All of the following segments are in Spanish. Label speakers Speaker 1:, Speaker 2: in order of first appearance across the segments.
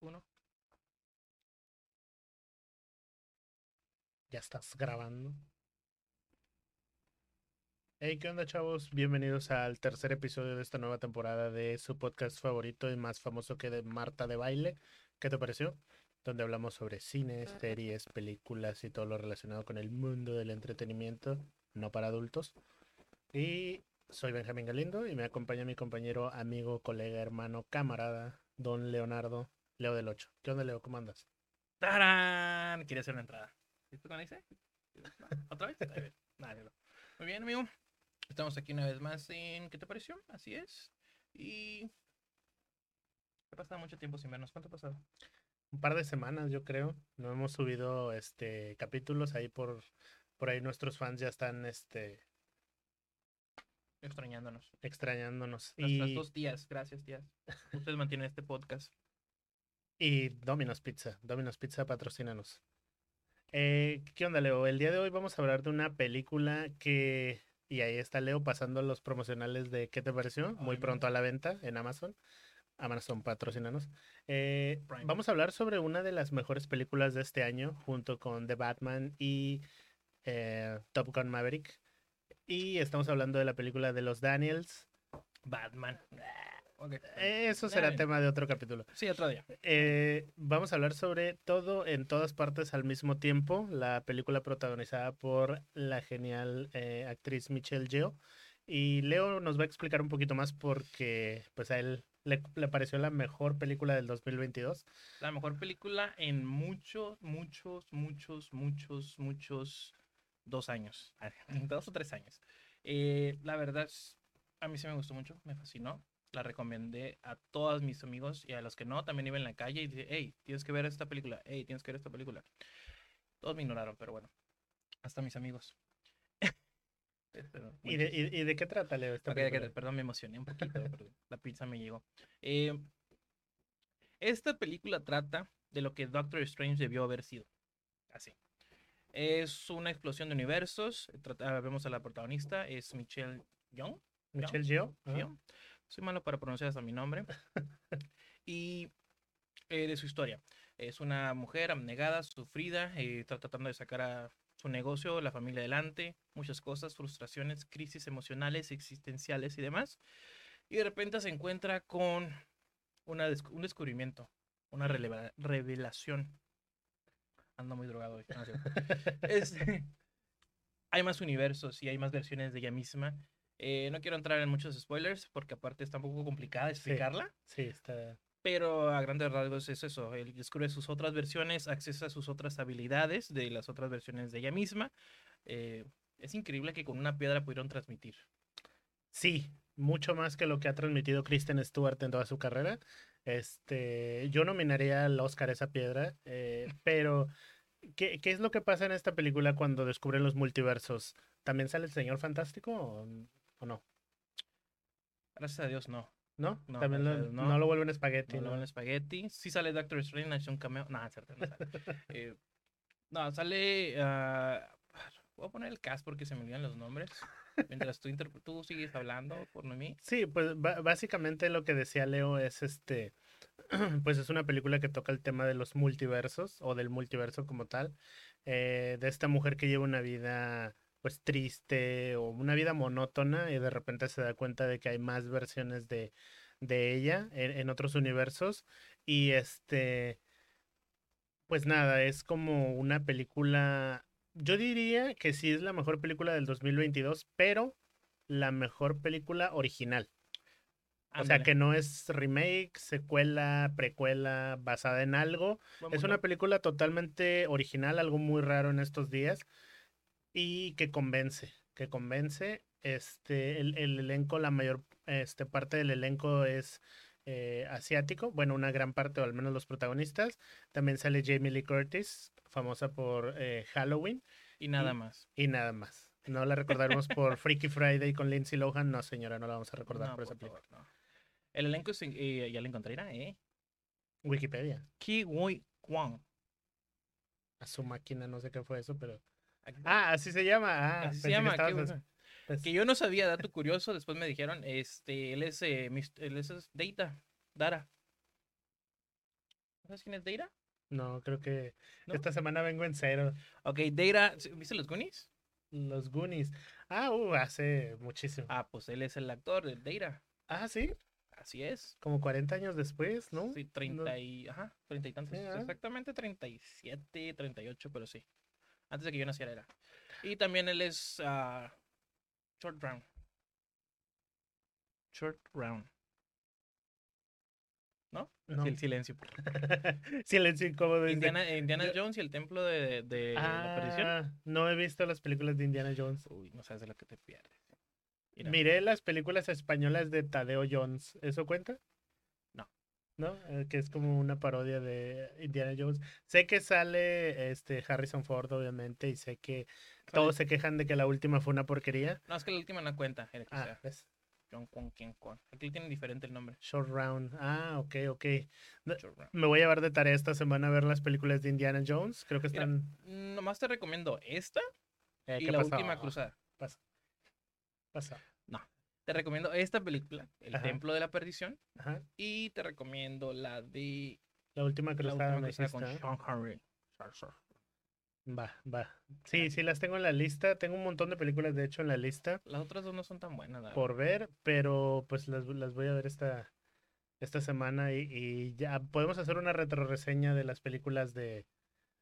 Speaker 1: uno. Ya estás grabando. Hey, ¿qué onda, chavos? Bienvenidos al tercer episodio de esta nueva temporada de su podcast favorito y más famoso que de Marta de Baile. ¿Qué te pareció? Donde hablamos sobre cines, series, películas y todo lo relacionado con el mundo del entretenimiento, no para adultos. Y soy Benjamín Galindo y me acompaña mi compañero, amigo, colega, hermano, camarada, don Leonardo, Leo del 8. ¿Qué onda, Leo? ¿Cómo andas?
Speaker 2: ¡Tarán! Quería hacer una entrada. ¿Listo con ese? ¿Otra vez? Ahí ves. Nada, no. Muy bien, amigo. Estamos aquí una vez más en ¿Qué te pareció? Así es. Y. He pasado mucho tiempo sin vernos. ¿Cuánto ha pasado?
Speaker 1: Un par de semanas, yo creo. No hemos subido este capítulos ahí por por ahí nuestros fans ya están este
Speaker 2: Extrañándonos.
Speaker 1: extrañándonos
Speaker 2: Nuestras
Speaker 1: y
Speaker 2: dos tías. Gracias, tías. Ustedes mantienen este podcast.
Speaker 1: y Domino's Pizza, Domino's Pizza patrocínanos. Eh, ¿qué onda, Leo? El día de hoy vamos a hablar de una película que y ahí está Leo pasando los promocionales de ¿Qué te pareció? Muy
Speaker 2: Ay,
Speaker 1: pronto a la venta en Amazon. Amazon patrocínanos. Eh,
Speaker 2: Prime.
Speaker 1: vamos a hablar sobre una de las mejores películas de este año, junto con The Batman y eh, Top Gun Maverick. Y estamos hablando de la película de los Daniels.
Speaker 2: Batman. Ok.
Speaker 1: Eh, Eso
Speaker 2: Está
Speaker 1: será
Speaker 2: bien.
Speaker 1: tema de otro capítulo.
Speaker 2: Sí, otro día.
Speaker 1: Eh, vamos a hablar sobre todo en todas partes al mismo tiempo. La película protagonizada por la genial eh, actriz Michelle Yeoh. Y Leo nos va a explicar un poquito más porque pues a él le, le pareció la mejor película del 2022.
Speaker 2: La mejor película en muchos, muchos, muchos, muchos, muchos dos años. Dos o tres años. Eh, la verdad, es- a mí se me gustó mucho, me fascinó. La recomendé a todos mis amigos y a los que no, también iba en la calle y dije, hey, tienes que ver esta película, hey, tienes que ver esta película. Todos me ignoraron, pero bueno, hasta mis amigos. Pero,
Speaker 1: ¿Y de, y- y de qué trata Leo esta
Speaker 2: Ok, ok,
Speaker 1: película?
Speaker 2: perdón, me emocioné un poquito. perdón. La pizza me llegó. Eh, esta película trata de lo que Doctor Strange debió haber sido. Así. Es una explosión de universos. Trata- ah, vemos a la protagonista, es Michelle Young.
Speaker 1: Michelle Yeoh. ajá.
Speaker 2: Young. Soy malo para pronunciar hasta mi nombre. y eh, de su historia. Es una mujer abnegada, sufrida, eh, está tratando de sacar a su negocio, la familia adelante, muchas cosas, frustraciones, crisis emocionales, existenciales y demás. Y de repente se encuentra con una descu- un descubrimiento, una releva- revelación. Ando muy drogado hoy. no es cierto. Este, hay más universos y hay más versiones de ella misma. Eh, no quiero entrar en muchos spoilers porque aparte está un poco complicada explicarla.
Speaker 1: Sí, está.
Speaker 2: Pero a grandes rasgos es eso. Él descubre sus otras versiones, accesa a sus otras habilidades de las otras versiones de ella misma. Eh, es increíble que con una piedra pudieron transmitir.
Speaker 1: Sí, mucho más que lo que ha transmitido Kristen Stewart en toda su carrera. Este, yo nominaría al Oscar esa piedra, eh, pero ¿qué, qué es lo que pasa en esta película cuando descubren los multiversos? ¿También sale el Señor Fantástico o, o no?
Speaker 2: Gracias a Dios, no.
Speaker 1: ¿No?
Speaker 2: No,
Speaker 1: También
Speaker 2: o
Speaker 1: lo-
Speaker 2: sea,
Speaker 1: no,
Speaker 2: no.
Speaker 1: lo vuelven espagueti,
Speaker 2: No lo
Speaker 1: ¿no?
Speaker 2: en espagueti. Sí sale Doctor Strange, hace un cameo. No, es cierto, no sale. Eh, no, sale. ah, voy a poner el cast porque se me olvidan los nombres. Mientras tú, interpre- tú sigues hablando por mí.
Speaker 1: Sí, pues ba- básicamente lo que decía Leo es este, pues es una película que toca el tema de los multiversos o del multiverso como tal, eh, de esta mujer que lleva una vida pues triste o una vida monótona y de repente se da cuenta de que hay más versiones de, de ella en, en otros universos y este, pues nada, es como una película, yo diría que sí es la mejor película del 2022, pero la mejor película original. O sea,
Speaker 2: Ándale.
Speaker 1: que no es remake, secuela, precuela, basada en algo.
Speaker 2: Buen
Speaker 1: Es
Speaker 2: punto.
Speaker 1: una película totalmente original, algo muy raro en estos días. Y que convence, que convence. Este, el, el elenco, la mayor este, parte del elenco es eh, asiático. Bueno, una gran parte, o al menos los protagonistas. También sale Jamie Lee Curtis, famosa por eh, Halloween.
Speaker 2: Y nada
Speaker 1: Mm,
Speaker 2: más.
Speaker 1: Y nada más. No la recordaremos por Freaky Friday con Lindsay Lohan. No, señora, no la vamos a recordar
Speaker 2: No, por
Speaker 1: por, esa película.
Speaker 2: favor, no. El elenco es, eh, ya lo encontré, ¿eh?
Speaker 1: Wikipedia.
Speaker 2: Ki Woi Kwon.
Speaker 1: A su máquina, no sé qué fue eso, pero.
Speaker 2: Aquí-
Speaker 1: Ah, así se llama. Ah,
Speaker 2: así
Speaker 1: pensé
Speaker 2: se
Speaker 1: que
Speaker 2: llama.
Speaker 1: estabas
Speaker 2: Ki Woi
Speaker 1: en-
Speaker 2: Kwon.
Speaker 1: pues-
Speaker 2: Que yo no sabía, dato curioso, después me dijeron, este, él es, eh, mis- él es es Data, Dara. ¿No sabes quién es Deira?
Speaker 1: No, creo que
Speaker 2: ¿No?
Speaker 1: esta semana vengo en cero.
Speaker 2: Ok, Deira, ¿sí- ¿viste los Goonies?
Speaker 1: Los Goonies. Ah, uh, hace muchísimo.
Speaker 2: Ah, pues él es el actor de Deira.
Speaker 1: Ah, sí,
Speaker 2: Así es.
Speaker 1: como 40 años después, Oh, pues ¿no?
Speaker 2: Sí, 30 y, ajá, 30 y tantos.
Speaker 1: Sí, ah.
Speaker 2: Exactamente 37, 38, pero sí. Antes de que yo naciera era. Y también él es ah, Short Round. Short Round. ¿No? Así
Speaker 1: No.
Speaker 2: El silencio.
Speaker 1: Silencio incómodo. dice.
Speaker 2: Indiana, Indiana
Speaker 1: yo-
Speaker 2: Jones y el templo de, de la perdición.
Speaker 1: Ah, no he visto las películas de Indiana Jones.
Speaker 2: Uy, no sabes de lo que te pierdes. Mira,
Speaker 1: Miré las películas españolas de Tadeo Jones. ¿Eso cuenta?
Speaker 2: No.
Speaker 1: ¿No? Eh, que es como una parodia de Indiana Jones. Sé que sale este Harrison Ford, obviamente, y sé que
Speaker 2: sale-
Speaker 1: todos se quejan de que la última fue una porquería.
Speaker 2: No, es que la última no cuenta. Era que
Speaker 1: Ah,
Speaker 2: sea
Speaker 1: es
Speaker 2: John Kwon Kien Kwon. Aquí tienen diferente el nombre.
Speaker 1: Short Round. Ah, ok, ok.
Speaker 2: Short Round.
Speaker 1: Me voy a llevar de tarea esta semana a ver las películas de Indiana Jones. Creo que
Speaker 2: Mira,
Speaker 1: están.
Speaker 2: Nomás te recomiendo esta
Speaker 1: Eh,
Speaker 2: y
Speaker 1: ¿qué
Speaker 2: la
Speaker 1: pasó?
Speaker 2: última cruzada.
Speaker 1: Pasó.
Speaker 2: Te recomiendo esta película, El
Speaker 1: Ajá.
Speaker 2: Templo de la Perdición,
Speaker 1: Ajá.
Speaker 2: y te recomiendo la de
Speaker 1: La última
Speaker 2: la
Speaker 1: cruzada.
Speaker 2: última
Speaker 1: me
Speaker 2: que hicieron con
Speaker 1: dijiste, ¿eh?
Speaker 2: Sean Connery. Sar, sar.
Speaker 1: Va, va. Sí, sí, las tengo en la lista. Tengo un montón de películas, de hecho, en la lista
Speaker 2: Las otras dos no son tan buenas, la verdad.
Speaker 1: por ver, pero pues las, las voy a ver esta, esta semana y, y ya podemos hacer una retroreseña de las películas de,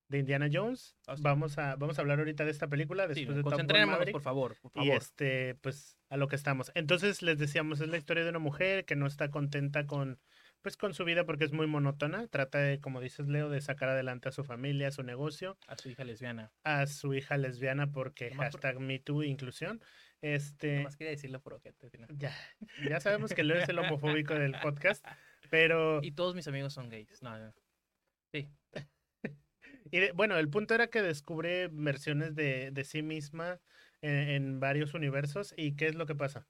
Speaker 1: de Indiana Jones.
Speaker 2: Ah, sí.
Speaker 1: Vamos a, vamos a hablar ahorita de esta película
Speaker 2: Sí,
Speaker 1: después de Top Gun
Speaker 2: concentrémonos,
Speaker 1: Maverick.
Speaker 2: por favor, por
Speaker 1: Y
Speaker 2: favor.
Speaker 1: este, pues a lo que estamos. Entonces les decíamos, es la historia de una mujer que no está contenta con, pues con su vida porque es muy monótona. Trata de, como dices Leo, de sacar adelante a su familia, a su negocio,
Speaker 2: A su hija lesbiana.
Speaker 1: a su hija lesbiana porque
Speaker 2: Nomás por-
Speaker 1: hashtag MeToo inclusión. Este,
Speaker 2: Nomás quería decirlo por ojete, si no.
Speaker 1: ya, ya sabemos que Leo es el homofóbico del podcast, pero...
Speaker 2: Y todos mis amigos son gays. No, no.
Speaker 1: Y de- bueno, el punto era que descubre versiones de, de sí misma en, en varios universos y qué es lo que pasa.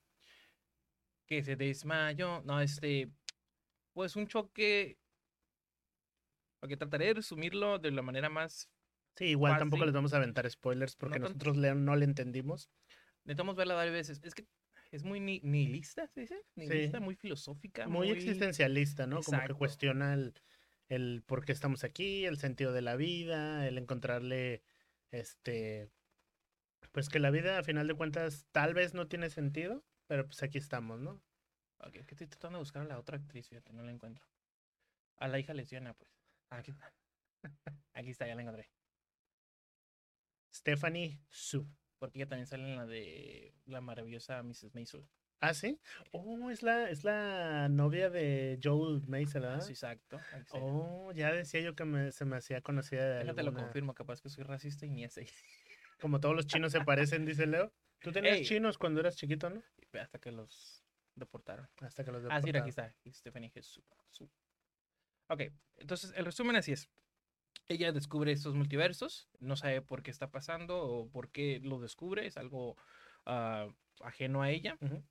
Speaker 2: Que se desmayó. No, este. Pues un choque. Porque trataré de resumirlo de la manera más.
Speaker 1: Sí, igual
Speaker 2: Fácil.
Speaker 1: tampoco les vamos a aventar spoilers porque
Speaker 2: tanto.
Speaker 1: nosotros le- no le entendimos.
Speaker 2: Necesitamos verla varias veces. Es que es muy ni- nihilista, ¿se dice? Nihilista, muy filosófica.
Speaker 1: Muy existencialista, ¿no? Como que
Speaker 2: Exacto.
Speaker 1: cuestiona el, el por qué estamos aquí, el sentido de la vida, el encontrarle, este, pues que la vida a final de cuentas tal vez no tiene sentido, pero pues aquí estamos, ¿no?
Speaker 2: Ok, es que estoy tratando de buscar a la otra actriz, fíjate, no la encuentro. A la hija lesbiana, pues. Aquí está. Aquí está, ya la encontré.
Speaker 1: Stephanie Su.
Speaker 2: Porque ella también sale en la de la maravillosa Mrs. Maisel.
Speaker 1: ¿Ah, sí? Oh, es la, es la novia de Joel Mason, ¿verdad?
Speaker 2: Ah, Sí, exacto. aquí está.
Speaker 1: ¿Ah? Oh, ya decía yo que me- se me hacía conocida de
Speaker 2: Déjate lo
Speaker 1: alguna-
Speaker 2: confirmo, capaz que soy racista y ni así.
Speaker 1: Como todos los chinos se parecen, dice Leo. Tú tenías
Speaker 2: Ey.
Speaker 1: chinos cuando eras chiquito, ¿no?
Speaker 2: Hasta que los deportaron.
Speaker 1: Hasta que los
Speaker 2: Ah, sí, mira,
Speaker 1: deportaron.
Speaker 2: aquí está. Stephanie Jesús. Su- Ok, entonces el resumen así es. Ella descubre estos multiversos, no sabe por qué está pasando o por qué lo descubre, es algo ah, ajeno a ella.
Speaker 1: Ujú.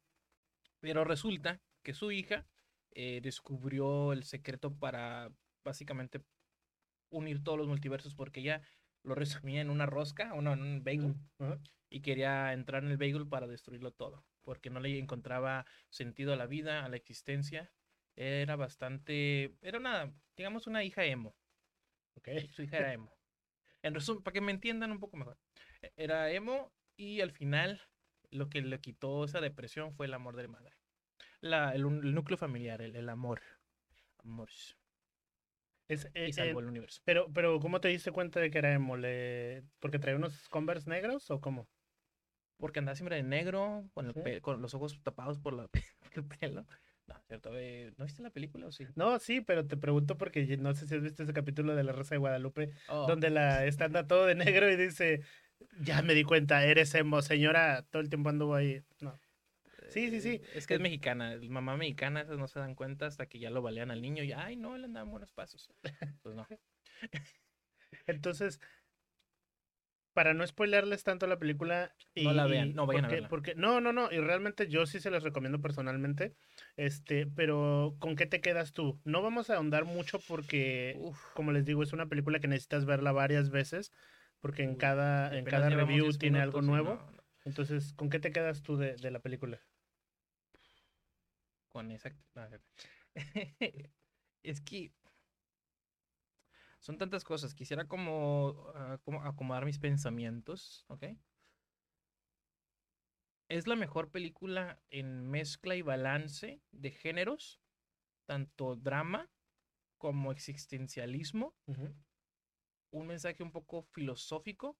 Speaker 2: Pero resulta que su hija eh, descubrió el secreto para básicamente unir todos los multiversos porque ella lo resumía en una rosca, o no, en un bagel,
Speaker 1: Ajá.
Speaker 2: y quería entrar en el bagel para destruirlo todo, porque no le encontraba sentido a la vida, a la existencia. Era bastante, era una, digamos, una hija emo.
Speaker 1: Ok.
Speaker 2: Su hija era emo. En resumen, para que me entiendan un poco mejor, e- era emo y al final lo que le quitó esa depresión fue el amor de madre. La, el, un- el núcleo familiar, el, el amor. Amor.
Speaker 1: Es- eh,
Speaker 2: Y
Speaker 1: eh,
Speaker 2: salvó el universo.
Speaker 1: pero, pero, ¿cómo te diste cuenta de que era emo? ¿Le- ¿Porque traía unos Converse negros o cómo?
Speaker 2: Porque andaba siempre de negro, con, el
Speaker 1: Sí.
Speaker 2: pe- con los ojos tapados por la- el pelo. No, ¿cierto? eh, ¿No viste la película o sí?
Speaker 1: No, sí, pero te pregunto porque ye- no sé si has visto ese capítulo de La Rosa de Guadalupe,
Speaker 2: Oh,
Speaker 1: donde la esta anda todo de negro y dice, ya me di cuenta, eres emo, señora, todo el tiempo anduvo ahí. No. sí, sí, sí,
Speaker 2: eh, Es que es
Speaker 1: eh,
Speaker 2: mexicana. el Mamá mexicana, esas no se dan cuenta hasta que ya lo balean al niño. Y, ay, no, él andaba en buenos pasos. Pues no.
Speaker 1: Entonces, para no spoilerles tanto la película y
Speaker 2: No la vean,
Speaker 1: y
Speaker 2: no vayan a
Speaker 1: porque-
Speaker 2: verla.
Speaker 1: porque- no, no, no, y realmente yo sí se las recomiendo personalmente. Este, pero ¿con qué te quedas tú? No vamos a ahondar mucho porque
Speaker 2: Uf,
Speaker 1: como les digo, es una película que necesitas verla varias veces porque en
Speaker 2: Uy,
Speaker 1: cada en
Speaker 2: apenas
Speaker 1: cada
Speaker 2: llevamos
Speaker 1: review
Speaker 2: 10
Speaker 1: tiene algo
Speaker 2: minutos y
Speaker 1: nuevo.
Speaker 2: no, no,
Speaker 1: Entonces, ¿con qué te quedas tú de, de la película?
Speaker 2: con esa. no, no. es que Son tantas cosas. Quisiera como, ah, como acomodar mis pensamientos, ¿ok? Es la mejor película en mezcla y balance de géneros, tanto drama como existencialismo,
Speaker 1: Ujú.
Speaker 2: un mensaje un poco filosófico,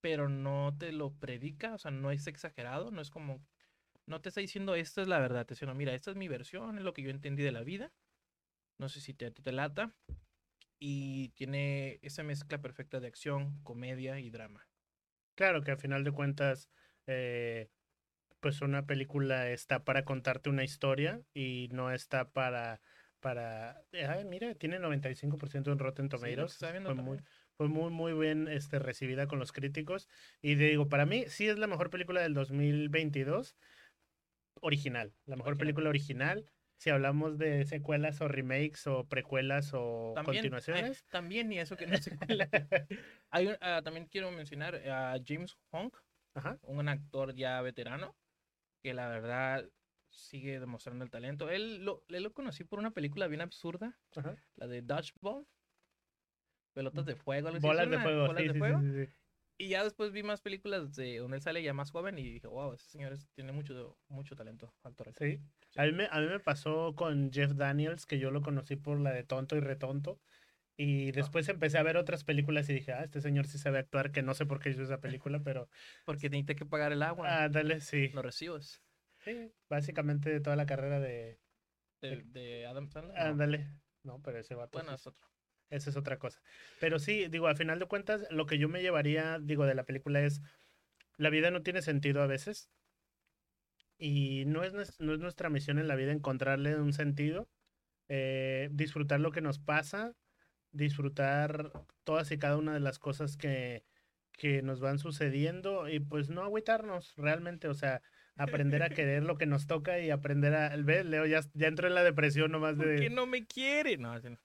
Speaker 2: pero no te lo predica, o sea, no es exagerado, no es como, no te está diciendo esta es la verdad, te está diciendo, mira, esta es mi versión, es lo que yo entendí de la vida, no sé si te, te lata, y tiene esa mezcla perfecta de acción, comedia y drama.
Speaker 1: Claro que al final de cuentas, eh, pues una película está para contarte una historia y no está para, para, eh, ay, mira, tiene 95% en Rotten
Speaker 2: Sí, lo que
Speaker 1: Tomatoes.
Speaker 2: estaba viendo
Speaker 1: Fue
Speaker 2: también.
Speaker 1: muy, fue muy, muy bien este, recibida con los críticos. Y te digo, para mí sí es la mejor película del 2022, original, la mejor
Speaker 2: Original.
Speaker 1: película original. Si hablamos de secuelas o remakes o precuelas o
Speaker 2: También, eh,
Speaker 1: continuaciones.
Speaker 2: también, y eso que no se cuela. Hay un- ah, también quiero mencionar a James Hong,
Speaker 1: Ajá.
Speaker 2: un actor ya veterano que la verdad sigue demostrando el talento. Él lo, le lo conocí por una película bien absurda,
Speaker 1: Ajá.
Speaker 2: la de Dodgeball, Pelotas de Fuego, algo así,
Speaker 1: Bolas
Speaker 2: era
Speaker 1: de
Speaker 2: una-
Speaker 1: fuego.
Speaker 2: Bolas de
Speaker 1: sí, sí, sí,
Speaker 2: Fuego.
Speaker 1: sí, sí.
Speaker 2: Y ya después vi más películas de donde él sale ya más joven y dije, wow, ese señor es- tiene mucho, mucho talento, actor.
Speaker 1: Sí. A mí, me, a mí me pasó con Jeff Daniels, que yo lo conocí por la de Tonto y Retonto. Y
Speaker 2: Ah.
Speaker 1: después empecé a ver otras películas y dije, ah, este señor sí sabe actuar, que no sé por qué hizo esa película, pero
Speaker 2: Porque necesita que pagar el agua,
Speaker 1: ah, dale, sí.
Speaker 2: los recibos
Speaker 1: Sí, Básicamente toda la carrera de.
Speaker 2: de, de Adam Sandler. no.
Speaker 1: Ándale. No, pero ese vato.
Speaker 2: Bueno,
Speaker 1: Pues sí
Speaker 2: es otro.
Speaker 1: Esa es otra cosa. Pero sí, digo, al final de cuentas, lo que yo me llevaría, digo, de la película es, la vida no tiene sentido a veces. Y no es, nues- no es nuestra misión en la vida encontrarle un sentido, eh, disfrutar lo que nos pasa, disfrutar todas y cada una de las cosas que, que nos van sucediendo y pues no agüitarnos realmente, o sea, aprender a querer lo que nos toca y aprender a... Ve, Leo, ya, ya entró en la depresión nomás
Speaker 2: ¿Por
Speaker 1: de...
Speaker 2: qué no me quiere? No, así no.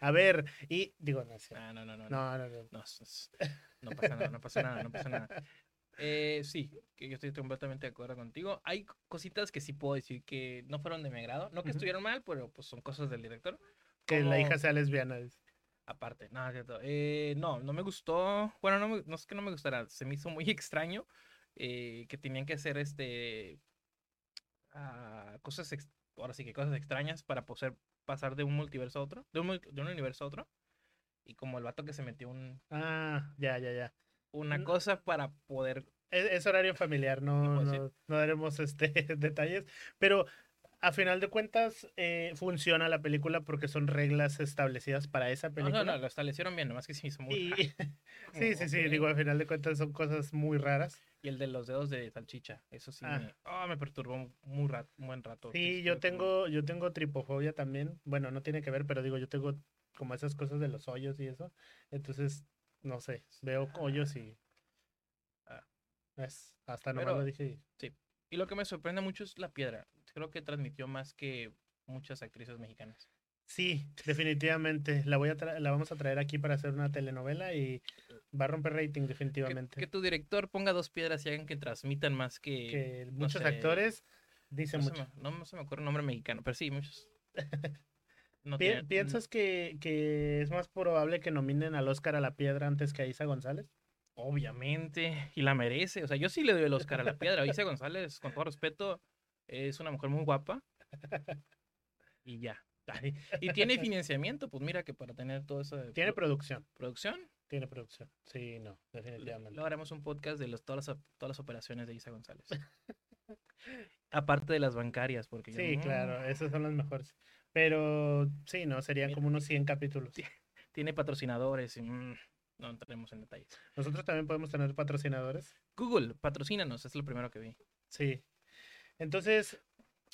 Speaker 1: A ver, y digo, no, sí,
Speaker 2: Ah, no, no, no, no.
Speaker 1: no, no, no.
Speaker 2: No, es- es- no pasa nada, no pasa nada, no pasa nada. Eh, sí, que yo estoy completamente de acuerdo contigo. Hay c- cositas que sí puedo decir que no fueron de mi agrado. No que
Speaker 1: Ujú.
Speaker 2: estuvieron mal, pero pues son cosas del director.
Speaker 1: Que la hija
Speaker 2: como-
Speaker 1: sea lesbiana. dice.
Speaker 2: Aparte, no, es cierto. Eh, no, no me gustó. Bueno, no, me- no es que no me gustara. Se me hizo muy extraño eh, que tenían que hacer este ah, cosas, ex- ahora sí que cosas extrañas para poder pasar de un multiverso a otro, de un, mul- de un universo a otro. Y como el vato que se metió un-
Speaker 1: Ah, ya, ya, ya.
Speaker 2: una
Speaker 1: No.
Speaker 2: cosa para poder
Speaker 1: Es, es horario familiar, no, pues
Speaker 2: puedo
Speaker 1: no,
Speaker 2: decir.
Speaker 1: no daremos este, detalles. Pero a final de cuentas, eh, funciona la película porque son reglas establecidas para esa
Speaker 2: No, no,
Speaker 1: película.
Speaker 2: no, lo establecieron bien, nomás que se hizo muy
Speaker 1: Y-
Speaker 2: raro, como,
Speaker 1: sí, sí, sí,
Speaker 2: ok.
Speaker 1: digo, a final de cuentas son cosas muy raras.
Speaker 2: Y el de los dedos de salchicha, eso sí
Speaker 1: Ah.
Speaker 2: me, ah, me perturbó muy ra- un buen rato.
Speaker 1: Sí,
Speaker 2: estuve
Speaker 1: yo
Speaker 2: como-
Speaker 1: tengo, yo tengo tripofobia también. Bueno, no tiene que ver, pero digo, yo tengo como esas cosas de los hoyos y eso. Entonces, no sé, veo hoyos y...
Speaker 2: Ah.
Speaker 1: Es, hasta nomás
Speaker 2: Pero-
Speaker 1: lo dije y-
Speaker 2: Y lo que me sorprende mucho es la piedra. Creo que transmitió más que muchas actrices mexicanas.
Speaker 1: Sí, definitivamente. La voy a tra- la vamos a traer aquí para hacer una telenovela y va a romper rating
Speaker 2: Que-
Speaker 1: definitivamente.
Speaker 2: Que, tu director ponga dos piedras y hagan que transmitan más que...
Speaker 1: que muchos
Speaker 2: sé.
Speaker 1: actores dicen
Speaker 2: no, se
Speaker 1: mucho.
Speaker 2: me, no se me ocurre un nombre mexicano, pero sí, muchos. No
Speaker 1: Pi-
Speaker 2: tiene-
Speaker 1: ¿Piensas que, que es más probable que nominen al Oscar a la Piedra antes que a Isa González?
Speaker 2: Obviamente, y la merece. O sea, yo sí le doy el Oscar a la piedra. Isa González, con todo respeto, es una mujer muy guapa. Y ya. Ay, Y tiene financiamiento, pues mira que para tener toda esa
Speaker 1: Tiene
Speaker 2: pro-
Speaker 1: producción,
Speaker 2: producción,
Speaker 1: tiene producción. Sí, no, definitivamente.
Speaker 2: luego haremos un podcast de los, todas, las, todas las operaciones de Isa González. Aparte de las bancarias, porque yo-
Speaker 1: Sí,
Speaker 2: mm,
Speaker 1: claro, esos son los mejores. Pero sí, no, serían
Speaker 2: Mira.
Speaker 1: como unos 100 capítulos.
Speaker 2: Sí. tiene patrocinadores y mm, no entraremos en detalles.
Speaker 1: Nosotros también podemos tener patrocinadores.
Speaker 2: Google, patrocínanos, es lo primero que vi.
Speaker 1: Sí. Entonces,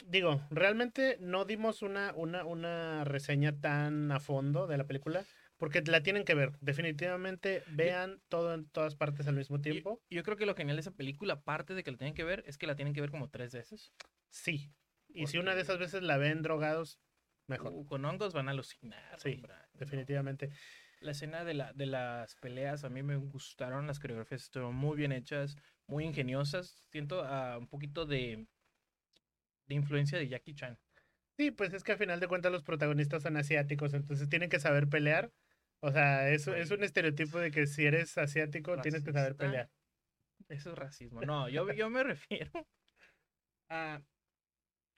Speaker 1: digo, realmente no dimos una, una, una reseña tan a fondo de la película, porque la tienen que ver. Definitivamente vean todo en todas partes al mismo
Speaker 2: Yo-
Speaker 1: tiempo.
Speaker 2: Yo, creo que lo genial de esa película, aparte de que la tienen que ver, es que la tienen que ver como tres veces.
Speaker 1: Sí. Y si una de
Speaker 2: Porque-
Speaker 1: esas veces la ven drogados, mejor,
Speaker 2: Uh, con hongos van a alucinar.
Speaker 1: Sí,
Speaker 2: hombre, no.
Speaker 1: definitivamente.
Speaker 2: La escena de, la, de las peleas a mí me gustaron, las coreografías estuvieron muy bien hechas, muy ingeniosas. Siento ah, un poquito de, de influencia de Jackie Chan.
Speaker 1: Sí, pues es que al final de cuentas los protagonistas son asiáticos, entonces tienen que saber pelear. O sea, es, es un estereotipo de que si eres asiático tienes que saber
Speaker 2: Racista.
Speaker 1: pelear.
Speaker 2: Eso es racismo. No, yo, yo me refiero a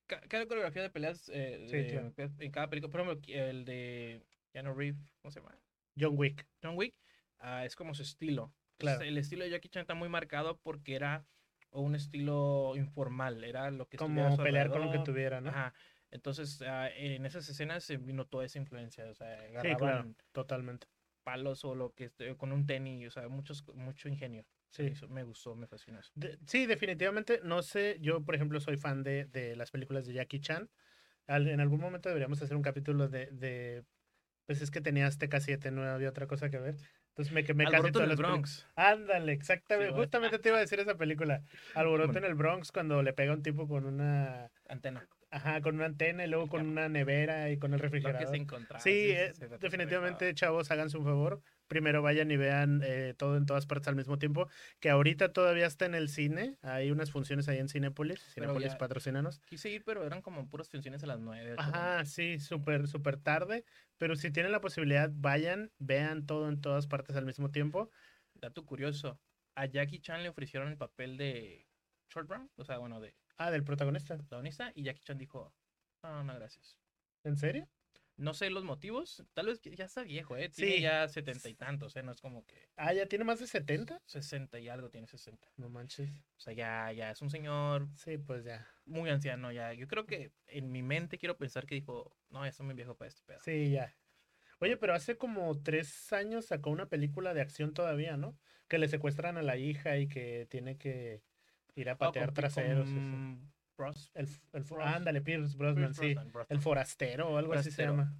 Speaker 2: ca- cada coreografía de peleas eh,
Speaker 1: Sí,
Speaker 2: de-
Speaker 1: claro.
Speaker 2: que- en cada película. Por ejemplo, qui- el de Keanu Reeves, ¿cómo se llama?
Speaker 1: John Wick.
Speaker 2: John Wick, ah, es como su estilo.
Speaker 1: Claro.
Speaker 2: Entonces, El estilo de Jackie Chan está muy marcado porque era un estilo informal, era lo que estuviera a
Speaker 1: Como
Speaker 2: su
Speaker 1: pelear con lo que
Speaker 2: alrededor.
Speaker 1: tuviera, ¿no?
Speaker 2: Ajá. Entonces, ah, en esas escenas se vino toda esa influencia, o sea,
Speaker 1: claro.
Speaker 2: agarraban
Speaker 1: Totalmente.
Speaker 2: palos o lo que este- con un tenis, o sea, muchos, mucho ingenio.
Speaker 1: Sí.
Speaker 2: Eso me gustó, me fascinó eso.
Speaker 1: De- sí, definitivamente. No sé, yo por ejemplo soy fan de, de las películas de Jackie Chan. Al- en algún momento deberíamos hacer un capítulo de... de- pues es que tenía Azteca 7, no había otra cosa que ver. Entonces me quemé casi
Speaker 2: Alboroto
Speaker 1: todas
Speaker 2: en el
Speaker 1: las peli-
Speaker 2: Bronx.
Speaker 1: Ándale, exactamente.
Speaker 2: güey.
Speaker 1: Justamente te iba a decir esa película. Alboroto
Speaker 2: Bueno.
Speaker 1: en el Bronx cuando le pega un tipo con una...
Speaker 2: Antena.
Speaker 1: Ajá, con una antena y luego con una nevera y con el
Speaker 2: Lo que
Speaker 1: refrigerador.
Speaker 2: se encontraba.
Speaker 1: Sí,
Speaker 2: Ah, sí,
Speaker 1: eh,
Speaker 2: sí, lo que se
Speaker 1: definitivamente, chavos, háganse un favor. Primero vayan y vean eh, todo en todas partes al mismo tiempo. Que ahorita todavía está en el cine. Hay unas funciones ahí en Cinépolis.
Speaker 2: Pero
Speaker 1: Cinépolis,
Speaker 2: ya-
Speaker 1: patrocínanos.
Speaker 2: Quise ir, pero eran como puras funciones a las 9.
Speaker 1: Ajá, sí, súper, súper tarde. Pero si tienen la posibilidad, vayan, vean todo en todas partes al mismo tiempo.
Speaker 2: Dato curioso. A Jackie Chan le ofrecieron el papel de Short Brown, o sea, bueno, de
Speaker 1: Ah, del protagonista.
Speaker 2: protagonista, y Jackie Chan dijo, no, no, gracias.
Speaker 1: ¿En serio?
Speaker 2: No sé los motivos, tal vez ya está viejo, ¿eh? Tiene
Speaker 1: Sí.
Speaker 2: ya setenta y tantos, ¿eh? No es como que
Speaker 1: Ah, ya tiene más de 70.
Speaker 2: 60 y algo tiene 60.
Speaker 1: No manches.
Speaker 2: O sea, ya, ya es un señor
Speaker 1: Sí, pues ya.
Speaker 2: muy anciano, ya. Yo creo que en mi mente quiero pensar que dijo, no, ya soy muy viejo para este pedo.
Speaker 1: Sí, ya. Oye, pero hace como tres años sacó una película de acción todavía, ¿no? Que le secuestran a la hija y que tiene que ir a
Speaker 2: Ah, con
Speaker 1: patear
Speaker 2: Pi-
Speaker 1: traseros. eso.
Speaker 2: con Bros-
Speaker 1: El, f- el fo-
Speaker 2: Bros-
Speaker 1: ándale, Pierce Brosnan,
Speaker 2: Pierce
Speaker 1: sí.
Speaker 2: Brosnan, Brosnan.
Speaker 1: El forastero o algo así se
Speaker 2: Forastero.
Speaker 1: llama.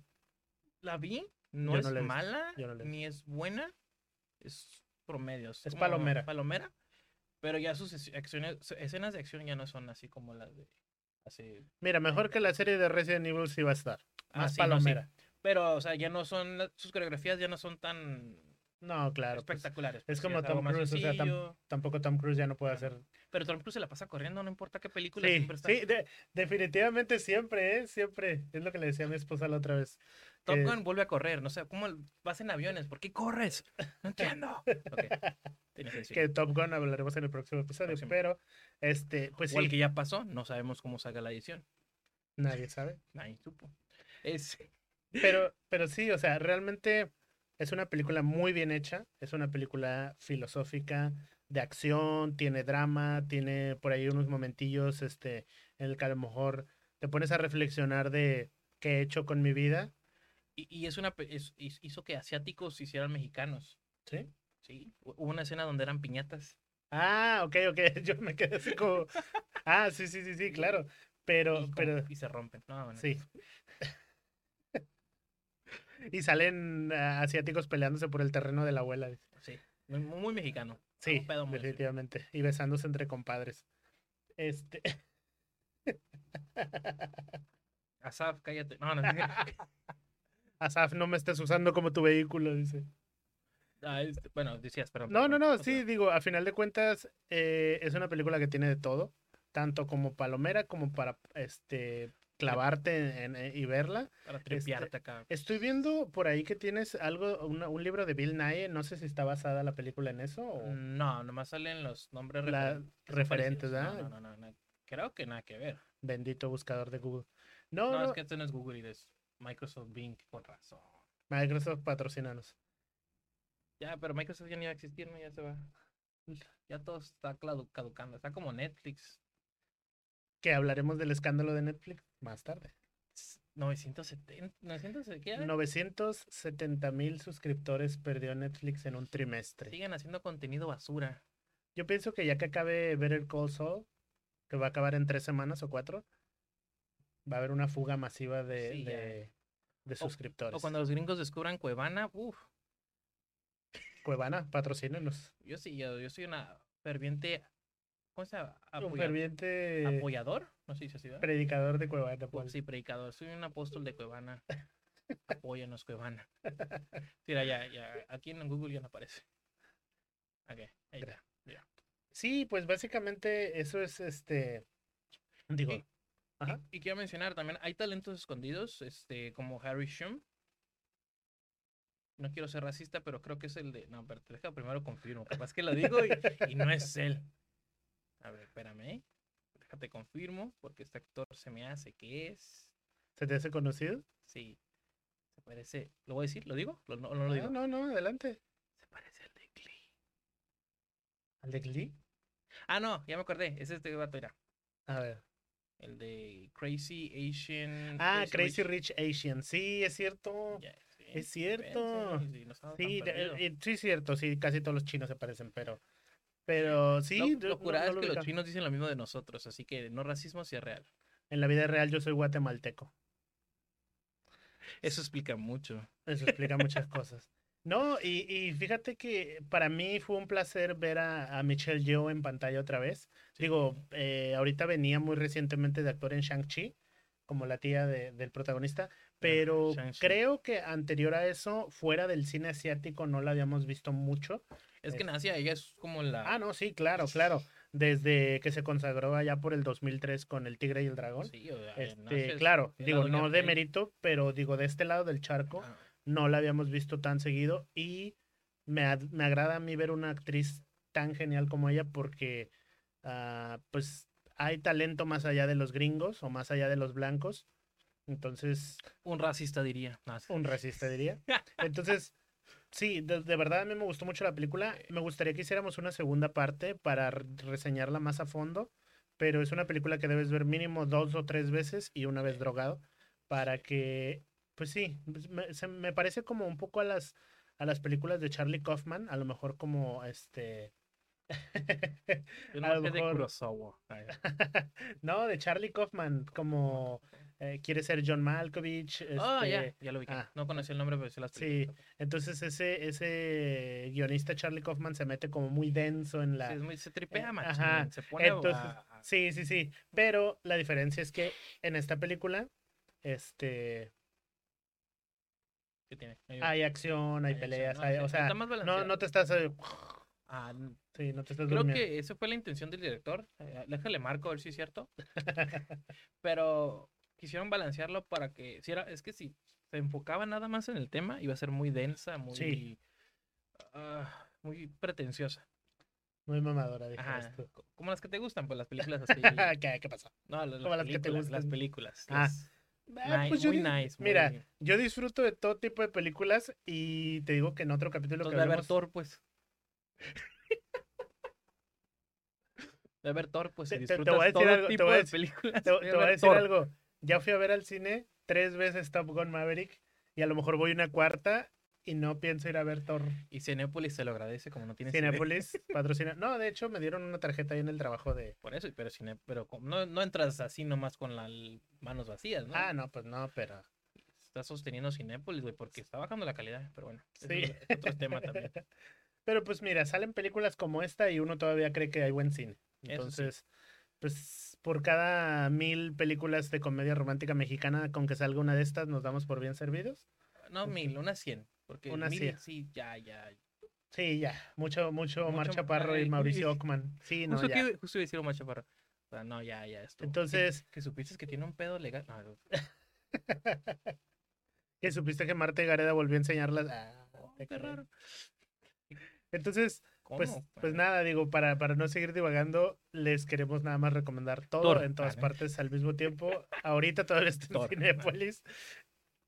Speaker 2: La vi, no
Speaker 1: Yo
Speaker 2: es
Speaker 1: no la he visto,
Speaker 2: mala,
Speaker 1: yo no la he
Speaker 2: ni es buena, es promedio.
Speaker 1: Es
Speaker 2: como
Speaker 1: palomera.
Speaker 2: Palomera, pero ya sus es- acciones, su- escenas de acción ya no son así como las de hace...
Speaker 1: Mira, mejor que la serie de Resident Evil sí va a estar.
Speaker 2: ah,
Speaker 1: Más
Speaker 2: sí, no, sí.
Speaker 1: palomera.
Speaker 2: Pero, o sea, ya no son, la- sus coreografías ya no son tan
Speaker 1: No, claro. pues,
Speaker 2: espectaculares.
Speaker 1: es
Speaker 2: pues, ya
Speaker 1: como
Speaker 2: algo
Speaker 1: Tom
Speaker 2: más
Speaker 1: Cruise, o sea, tam-
Speaker 2: sencillo,
Speaker 1: tampoco Tom Cruise ya no puede hacer.
Speaker 2: Pero Tom Cruise se la pasa corriendo, no importa qué película,
Speaker 1: Sí,
Speaker 2: siempre está...
Speaker 1: sí, de- definitivamente siempre, ¿eh? Siempre. Es lo que le decía a mi esposa la otra vez.
Speaker 2: Top
Speaker 1: que-
Speaker 2: Gun vuelve a correr, no sé, ¿cómo vas en aviones? ¿Por qué corres? No entiendo. Ok, tenía que decir.
Speaker 1: que Top Gun hablaremos en el próximo episodio,
Speaker 2: Próximo.
Speaker 1: pero este, pues
Speaker 2: O el
Speaker 1: sí,
Speaker 2: que ya pasó, no sabemos cómo salga la edición.
Speaker 1: nadie sabe.
Speaker 2: Nadie supo. Es,
Speaker 1: Pero, pero sí, o sea, realmente es una película muy bien hecha, es una película filosófica, de acción, tiene drama, tiene por ahí unos momentillos este, en el que a lo mejor te pones a reflexionar de qué he hecho con mi vida,
Speaker 2: y, y es una pe- es- hiz- hizo que asiáticos se hicieran mexicanos.
Speaker 1: ¿sí?
Speaker 2: Sí. Hu- Hubo una escena donde eran piñatas.
Speaker 1: Ah, ok, ok, yo me quedé así como, ah, sí, sí, sí, sí, claro,
Speaker 2: Y,
Speaker 1: pero,
Speaker 2: como-
Speaker 1: pero,
Speaker 2: y se rompen. No, bueno.
Speaker 1: Sí. y salen ah, asiáticos peleándose por el terreno de la abuela. dice.
Speaker 2: sí. Muy, muy mexicano.
Speaker 1: Sí,
Speaker 2: Un pedo muy así.
Speaker 1: definitivamente. Y besándose entre compadres. Este,
Speaker 2: Asaf, cállate. No, no. no.
Speaker 1: Asaf, no me estés usando como tu vehículo, dice.
Speaker 2: Ah, este, bueno, decías, perdón.
Speaker 1: No, no,
Speaker 2: perdón.
Speaker 1: no,
Speaker 2: O sea,
Speaker 1: sí, digo, a final de cuentas, eh, es una película que tiene de todo, tanto como palomera como para este clavarte en- en- y verla.
Speaker 2: Para tripearte
Speaker 1: Este,
Speaker 2: acá.
Speaker 1: Estoy viendo por ahí que tienes algo, una- un libro de Bill Nye, no sé si está basada la película en eso o
Speaker 2: No, nomás salen los nombres
Speaker 1: la-
Speaker 2: referen- Mm, que son
Speaker 1: referentes,
Speaker 2: parecidos.
Speaker 1: ¿verdad?
Speaker 2: No, no, no, no, no. Creo que nada que ver.
Speaker 1: Bendito buscador de Google.
Speaker 2: No,
Speaker 1: No, no,
Speaker 2: es que esto no es Google y es Microsoft Bing, con razón.
Speaker 1: Microsoft patrocinanos.
Speaker 2: Ya, pero Microsoft ya no iba a existir, ¿no? Ya se va. Ya todo está cladu- caducando. Está como Netflix.
Speaker 1: Que hablaremos del escándalo de Netflix más tarde.
Speaker 2: S- 970. 970 ¿qué era?
Speaker 1: 970 mil suscriptores perdió Netflix en un trimestre.
Speaker 2: Siguen haciendo contenido basura.
Speaker 1: Yo pienso que ya que acabe Better Call Saul, que va a acabar en tres semanas o cuatro, va a haber una fuga masiva de,
Speaker 2: Sí, ya.
Speaker 1: de, de suscriptores.
Speaker 2: O cuando los gringos descubran Cuevana, uff,
Speaker 1: Cuevana, patrocínenos.
Speaker 2: yo sí, yo, yo soy una ferviente. ¿Cómo se llama?
Speaker 1: Un
Speaker 2: Apoya-
Speaker 1: ferviente
Speaker 2: apoyador. No sé si así, ¿verdad?
Speaker 1: predicador de Cuevana. pues.
Speaker 2: Pu-
Speaker 1: Paul.
Speaker 2: Sí, predicador. Soy un apóstol de Cuevana. Apóyanos, Cuevana. Mira, ya, ya. Aquí en Google ya no aparece. Ok, ahí está.
Speaker 1: Sí, pues básicamente eso es este. Digo,
Speaker 2: Y-
Speaker 1: Ajá.
Speaker 2: Y quiero mencionar también, hay talentos escondidos, este, como Harry Shum. No quiero ser racista, pero creo que es el de. No, pero te deja primero confirmo. Capaz que lo digo y, y no es él. A ver, espérame. ¿eh? Déjate confirmo, porque este actor se me hace que es.
Speaker 1: ¿Se te hace conocido?
Speaker 2: Sí. Se parece. ¿Lo voy a decir? ¿Lo digo? ¿Lo- no, no lo
Speaker 1: Ah,
Speaker 2: digo.
Speaker 1: no, no, adelante.
Speaker 2: Se parece al de Glee.
Speaker 1: ¿Al de Glee?
Speaker 2: Ah, no, ya me acordé. Es este vato, mira.
Speaker 1: A ver.
Speaker 2: El de Crazy Asian.
Speaker 1: Ah, Crazy
Speaker 2: Rich.
Speaker 1: Rich Asian. Sí, es cierto.
Speaker 2: Ya, sí,
Speaker 1: Es cierto.
Speaker 2: vence, y no estaba tan
Speaker 1: Sí, de-
Speaker 2: perdido.
Speaker 1: eh, sí, es cierto. Sí, casi todos los chinos se parecen, pero. Pero sí,
Speaker 2: lo,
Speaker 1: yo
Speaker 2: lo
Speaker 1: no-
Speaker 2: curado
Speaker 1: no
Speaker 2: es
Speaker 1: lo
Speaker 2: que
Speaker 1: ubicaba.
Speaker 2: los chinos dicen lo mismo de nosotros, así que no racismo si es real.
Speaker 1: en la vida real yo soy guatemalteco.
Speaker 2: Eso explica mucho.
Speaker 1: Eso explica muchas cosas. No, y, y fíjate que para mí fue un placer ver a, a Michelle Yeoh en pantalla otra vez. Digo, eh, ahorita venía muy recientemente de actuar en Shang-Chi, como la tía de- del protagonista, pero
Speaker 2: Shang-Chi.
Speaker 1: creo que anterior a eso, fuera del cine asiático, no la habíamos visto mucho.
Speaker 2: Es que
Speaker 1: Es-
Speaker 2: en Asia ella es como la.
Speaker 1: Ah, no, sí, claro, claro. Desde que se consagró allá por el 2003 con El Tigre y el Dragón.
Speaker 2: Sí, o sea, en Asia
Speaker 1: Este,
Speaker 2: es-
Speaker 1: claro,
Speaker 2: es la
Speaker 1: digo,
Speaker 2: doña
Speaker 1: no de
Speaker 2: Fey.
Speaker 1: mérito, pero digo, de este lado del charco
Speaker 2: Ah,
Speaker 1: no la habíamos visto tan seguido y me, ad- me agrada a mí ver una actriz tan genial como ella porque ah, pues hay talento más allá de los gringos o más allá de los blancos. Entonces,
Speaker 2: un racista diría. No, sí.
Speaker 1: un racista diría. Entonces, sí, de, de verdad a mí me gustó mucho la película. Me gustaría que hiciéramos una segunda parte para re- reseñarla más a fondo, pero es una película que debes ver mínimo dos o tres veces y una vez drogado para que, pues sí, pues, me, se- me parece como un poco a las a las películas de Charlie Kaufman, a lo mejor como este
Speaker 2: Yo no
Speaker 1: a lo
Speaker 2: sé de
Speaker 1: mejor- Ah,
Speaker 2: Kurosawa. Ay,
Speaker 1: no, de Charlie Kaufman, como eh, quiere ser John Malkovich,
Speaker 2: Ah,
Speaker 1: este,
Speaker 2: ya, ya lo vi.
Speaker 1: ah.
Speaker 2: No conocí el nombre, pero sí las
Speaker 1: Sí,
Speaker 2: películas.
Speaker 1: entonces ese, ese guionista Charlie Kaufman se mete como muy denso en la...
Speaker 2: Sí, es muy- se tripea,
Speaker 1: eh,
Speaker 2: machín,
Speaker 1: ajá,
Speaker 2: Se pone a- ah,
Speaker 1: entonces,
Speaker 2: a- a-
Speaker 1: Sí, sí, sí, pero la diferencia es que en esta película, este,
Speaker 2: ¿qué tiene? Ahí va.
Speaker 1: hay acción, hay
Speaker 2: Ahí,
Speaker 1: peleas,
Speaker 2: no,
Speaker 1: hay-
Speaker 2: sí,
Speaker 1: o sea,
Speaker 2: está más
Speaker 1: no,
Speaker 2: balanceado.
Speaker 1: no te estás, eh,
Speaker 2: Ah, n-
Speaker 1: sí, no te estás
Speaker 2: Creo
Speaker 1: durmiendo.
Speaker 2: que esa fue la intención del director. eh, Déjale marco a ver si es cierto. Pero quisieron balancearlo para que. Si era, es que si se enfocaba nada más en el tema, iba a ser muy densa, muy.
Speaker 1: Sí.
Speaker 2: ah, muy pretenciosa.
Speaker 1: Muy mamadora, dijeras
Speaker 2: Ajá.
Speaker 1: tú.
Speaker 2: co- Como las que te gustan, pues las películas así.
Speaker 1: ¿Qué, qué pasó?
Speaker 2: No, las,
Speaker 1: Como
Speaker 2: las
Speaker 1: las que te
Speaker 2: películas. Las
Speaker 1: gustan.
Speaker 2: películas.
Speaker 1: Ah,
Speaker 2: las
Speaker 1: Ah,
Speaker 2: ni-
Speaker 1: pues yo,
Speaker 2: muy
Speaker 1: di-
Speaker 2: nice. muy-
Speaker 1: mira, yo disfruto de todo tipo de películas y te digo que en otro capítulo que
Speaker 2: Entonces, de haber
Speaker 1: hablemos...
Speaker 2: Thor, pues. De haber Thor, pues. si
Speaker 1: Te- te- te voy
Speaker 2: disfrutas
Speaker 1: a decir
Speaker 2: todo
Speaker 1: algo, te
Speaker 2: tipo
Speaker 1: voy a
Speaker 2: de
Speaker 1: decir-
Speaker 2: películas,
Speaker 1: Te,
Speaker 2: ve
Speaker 1: te
Speaker 2: a
Speaker 1: voy a
Speaker 2: ver
Speaker 1: decir
Speaker 2: Thor.
Speaker 1: algo. Ya fui a ver al cine tres veces Top Gun Maverick y a lo mejor voy una cuarta y no pienso ir a ver Thor.
Speaker 2: Y Cinepolis se lo agradece como no tiene
Speaker 1: Cinepolis patrocina. No, de hecho me dieron una tarjeta ahí en el trabajo de.
Speaker 2: Por eso, pero, cine, pero como no, no entras así nomás con las manos vacías, ¿no?
Speaker 1: Ah, no, pues no, pero.
Speaker 2: Estás sosteniendo Cinépolis, güey, porque está bajando la calidad, pero bueno. ese
Speaker 1: Sí.
Speaker 2: Es otro- otro tema también.
Speaker 1: Pero pues mira, salen películas como esta y uno todavía cree que hay buen cine.
Speaker 2: sí.
Speaker 1: Entonces, pues por cada mil películas de comedia romántica mexicana con que salga una de estas, nos damos por bien servidos.
Speaker 2: No, mil, unas cien. Porque
Speaker 1: Unas
Speaker 2: mil,
Speaker 1: 100.
Speaker 2: sí, ya, ya.
Speaker 1: Sí, ya. Mucho, mucho,
Speaker 2: Mucho-
Speaker 1: Omar Chaparro
Speaker 2: ay,
Speaker 1: y
Speaker 2: uy.
Speaker 1: Mauricio Ockman. Sí, no,
Speaker 2: justo,
Speaker 1: ya.
Speaker 2: que- justo iba a decir un macho para. O sea, no, ya, ya. estuvo.
Speaker 1: Entonces-
Speaker 2: Que, que supiste que tiene un pedo legal. No, no,
Speaker 1: Que supiste que Marta Gareda volvió a enseñarlas. Ah, te
Speaker 2: Oh, qué
Speaker 1: creo.
Speaker 2: raro.
Speaker 1: Entonces,
Speaker 2: ¿Cómo?
Speaker 1: pues, pues
Speaker 2: Ah,
Speaker 1: nada, digo, para, para no seguir divagando, les queremos nada más recomendar todo
Speaker 2: Thor.
Speaker 1: en todas
Speaker 2: Ah, ¿no?
Speaker 1: partes al mismo tiempo. Ahorita todavía está en
Speaker 2: Thor.
Speaker 1: Cinepolis.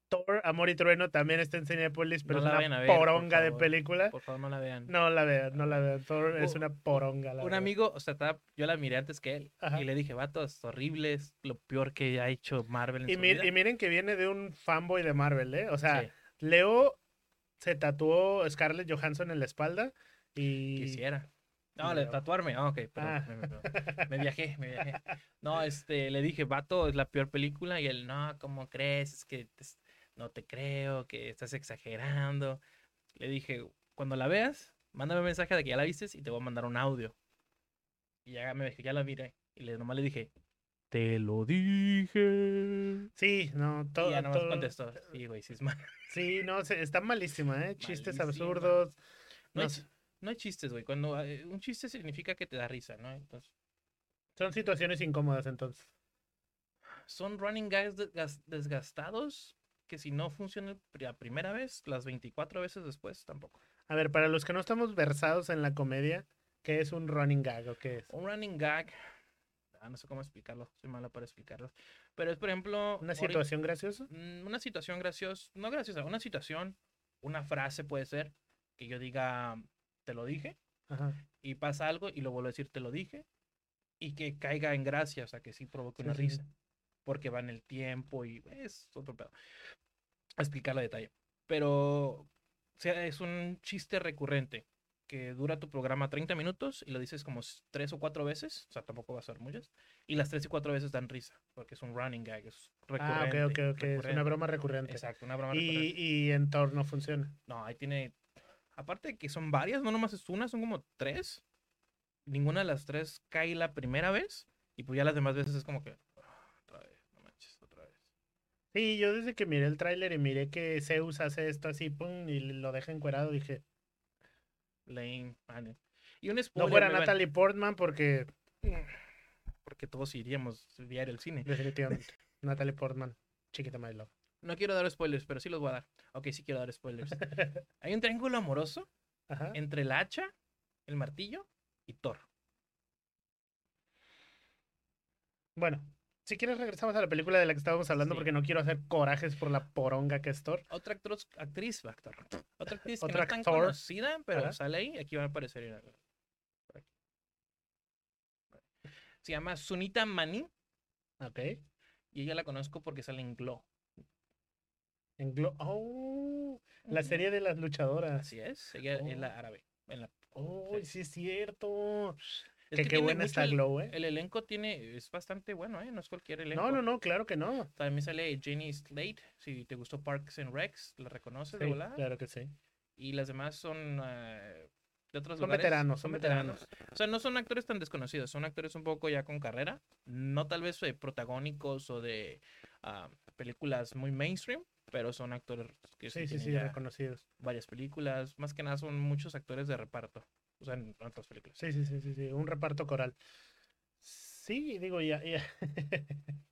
Speaker 1: Thor, Amor y Trueno también está en Cinepolis, pero
Speaker 2: No la
Speaker 1: es
Speaker 2: vayan a
Speaker 1: una
Speaker 2: ver, por
Speaker 1: poronga de
Speaker 2: favor.
Speaker 1: película.
Speaker 2: Por favor, no la vean.
Speaker 1: No la vean, no la vean. Thor es
Speaker 2: Un-
Speaker 1: una poronga. La
Speaker 2: un
Speaker 1: verdad.
Speaker 2: amigo, o sea, estaba- yo la miré antes que él.
Speaker 1: Ajá.
Speaker 2: Y le dije, vato, es horrible, es lo peor que ha hecho Marvel en
Speaker 1: Y,
Speaker 2: su
Speaker 1: mi-
Speaker 2: vida.
Speaker 1: y miren que viene de un fanboy de Marvel, ¿eh? O sea,
Speaker 2: Sí,
Speaker 1: Leo se tatuó Scarlett Johansson en la espalda y...
Speaker 2: quisiera. No,
Speaker 1: y
Speaker 2: le
Speaker 1: luego-
Speaker 2: tatuarme. Ah, ok, perdón,
Speaker 1: Ah.
Speaker 2: me, me- me viajé, me viajé. No, este, le dije, vato, es la peor película. Y él, no, ¿cómo crees? Es que te- no te creo, que estás exagerando. Le dije, cuando la veas, mándame un mensaje de que ya la vistes y te voy a mandar un audio. Y ya me dije, ya la miré. Y le, nomás le dije, te lo dije.
Speaker 1: Sí, no, todo...
Speaker 2: y ya nomás
Speaker 1: todo-
Speaker 2: contestó. Sí, güey, sí es mal.
Speaker 1: Sí, no, se- está malísima, ¿eh? Chistes
Speaker 2: Malísima.
Speaker 1: absurdos.
Speaker 2: No,
Speaker 1: no
Speaker 2: hay,
Speaker 1: sé.
Speaker 2: chi- no hay chistes, güey. Cuando eh, un chiste significa que te da risa, ¿no? Entonces,
Speaker 1: Son situaciones incómodas entonces.
Speaker 2: Son running gags de- gas- desgastados que si no funcionan la primera vez, las 24 veces después tampoco.
Speaker 1: A ver, para los que no estamos versados en la comedia, ¿qué es un running gag o qué es?
Speaker 2: Un running gag, ah, no sé cómo explicarlo, soy malo para explicarlos, pero es por ejemplo...
Speaker 1: ¿Una
Speaker 2: ahorita-
Speaker 1: situación graciosa?
Speaker 2: mm, una situación graciosa, no graciosa, una situación, una frase puede ser que yo diga, te lo dije,
Speaker 1: Ajá.
Speaker 2: y pasa algo y lo vuelvo a decir, te lo dije, y que caiga en gracia, o sea, que sí provoque
Speaker 1: Sí,
Speaker 2: una
Speaker 1: sí, sí.
Speaker 2: risa, porque va en el tiempo y es otro pedo. A explicarlo a detalle. Pero o sea, es un chiste recurrente que dura tu programa 30 minutos y lo dices como s- tres o cuatro veces, o sea, tampoco va a ser muchas, y las tres y cuatro veces dan risa, porque es un running gag, es
Speaker 1: Ah, ok,
Speaker 2: recurrente.
Speaker 1: ok, ok. Es una
Speaker 2: recurrente.
Speaker 1: broma recurrente.
Speaker 2: Exacto, una broma
Speaker 1: Y,
Speaker 2: recurrente.
Speaker 1: y en Thor no funciona.
Speaker 2: No, ahí tiene. Aparte de que son varias, no nomás es una, son como tres. Ninguna de las tres cae la primera vez. Y pues ya las demás veces es como que. "Ah, Otra vez, no manches, otra vez.
Speaker 1: Sí, yo desde que miré el tráiler y miré que Zeus hace esto así, pum, y lo deja encuerado, dije,
Speaker 2: Lame, vale. Y un spoiler.
Speaker 1: no fuera
Speaker 2: me vale,
Speaker 1: Natalie Portman porque
Speaker 2: Porque todos iríamos a ver el cine.
Speaker 1: definitivamente Natalie Portman, chiquita my love.
Speaker 2: No quiero dar spoilers, pero sí los voy a dar. Ok, sí quiero dar spoilers. Hay un triángulo amoroso
Speaker 1: Ajá.
Speaker 2: entre el hacha, el martillo y Thor.
Speaker 1: Bueno, si quieres regresamos a la película de la que estábamos hablando
Speaker 2: Sí.
Speaker 1: porque no quiero hacer corajes por la poronga que es Thor.
Speaker 2: Otra actriz, actriz, va, actor. Otra actriz que
Speaker 1: Otra
Speaker 2: no es tan
Speaker 1: actor.
Speaker 2: conocida, pero
Speaker 1: Ajá.
Speaker 2: sale ahí. Aquí va a aparecer. mira, por aquí. Se llama Sunita Mani
Speaker 1: Ok.
Speaker 2: y ella la conozco porque sale en Glow.
Speaker 1: En Glo- oh, la
Speaker 2: Ujú.
Speaker 1: serie de las luchadoras.
Speaker 2: Así es. Ella es la
Speaker 1: Oh.
Speaker 2: árabe. en la-
Speaker 1: Oh,
Speaker 2: Sí.
Speaker 1: sí es cierto.
Speaker 2: Es
Speaker 1: que qué
Speaker 2: tiene
Speaker 1: buena
Speaker 2: mucho
Speaker 1: está
Speaker 2: el,
Speaker 1: Glow, eh.
Speaker 2: el elenco tiene, es bastante bueno, ¿eh? No es cualquier elenco.
Speaker 1: No, no, no, claro que no.
Speaker 2: También sale Jenny Slate. Si te gustó Parks and Recs, la reconoces de
Speaker 1: Sí,
Speaker 2: volada.
Speaker 1: claro que sí.
Speaker 2: Y las demás son eh, de otros
Speaker 1: Son
Speaker 2: lugares,
Speaker 1: veteranos, son veteranos.
Speaker 2: O sea, no son actores tan desconocidos, son actores un poco ya con carrera, no tal vez eh, protagónicos o de ah, películas muy mainstream, pero son actores que sí,
Speaker 1: Sí, sí,
Speaker 2: tienen
Speaker 1: sí,
Speaker 2: ya
Speaker 1: reconocidos.
Speaker 2: varias películas, más que nada son muchos actores de reparto, o sea, en otras películas.
Speaker 1: Sí, sí, sí, sí, sí, un reparto coral. Sí, digo, ya, ya.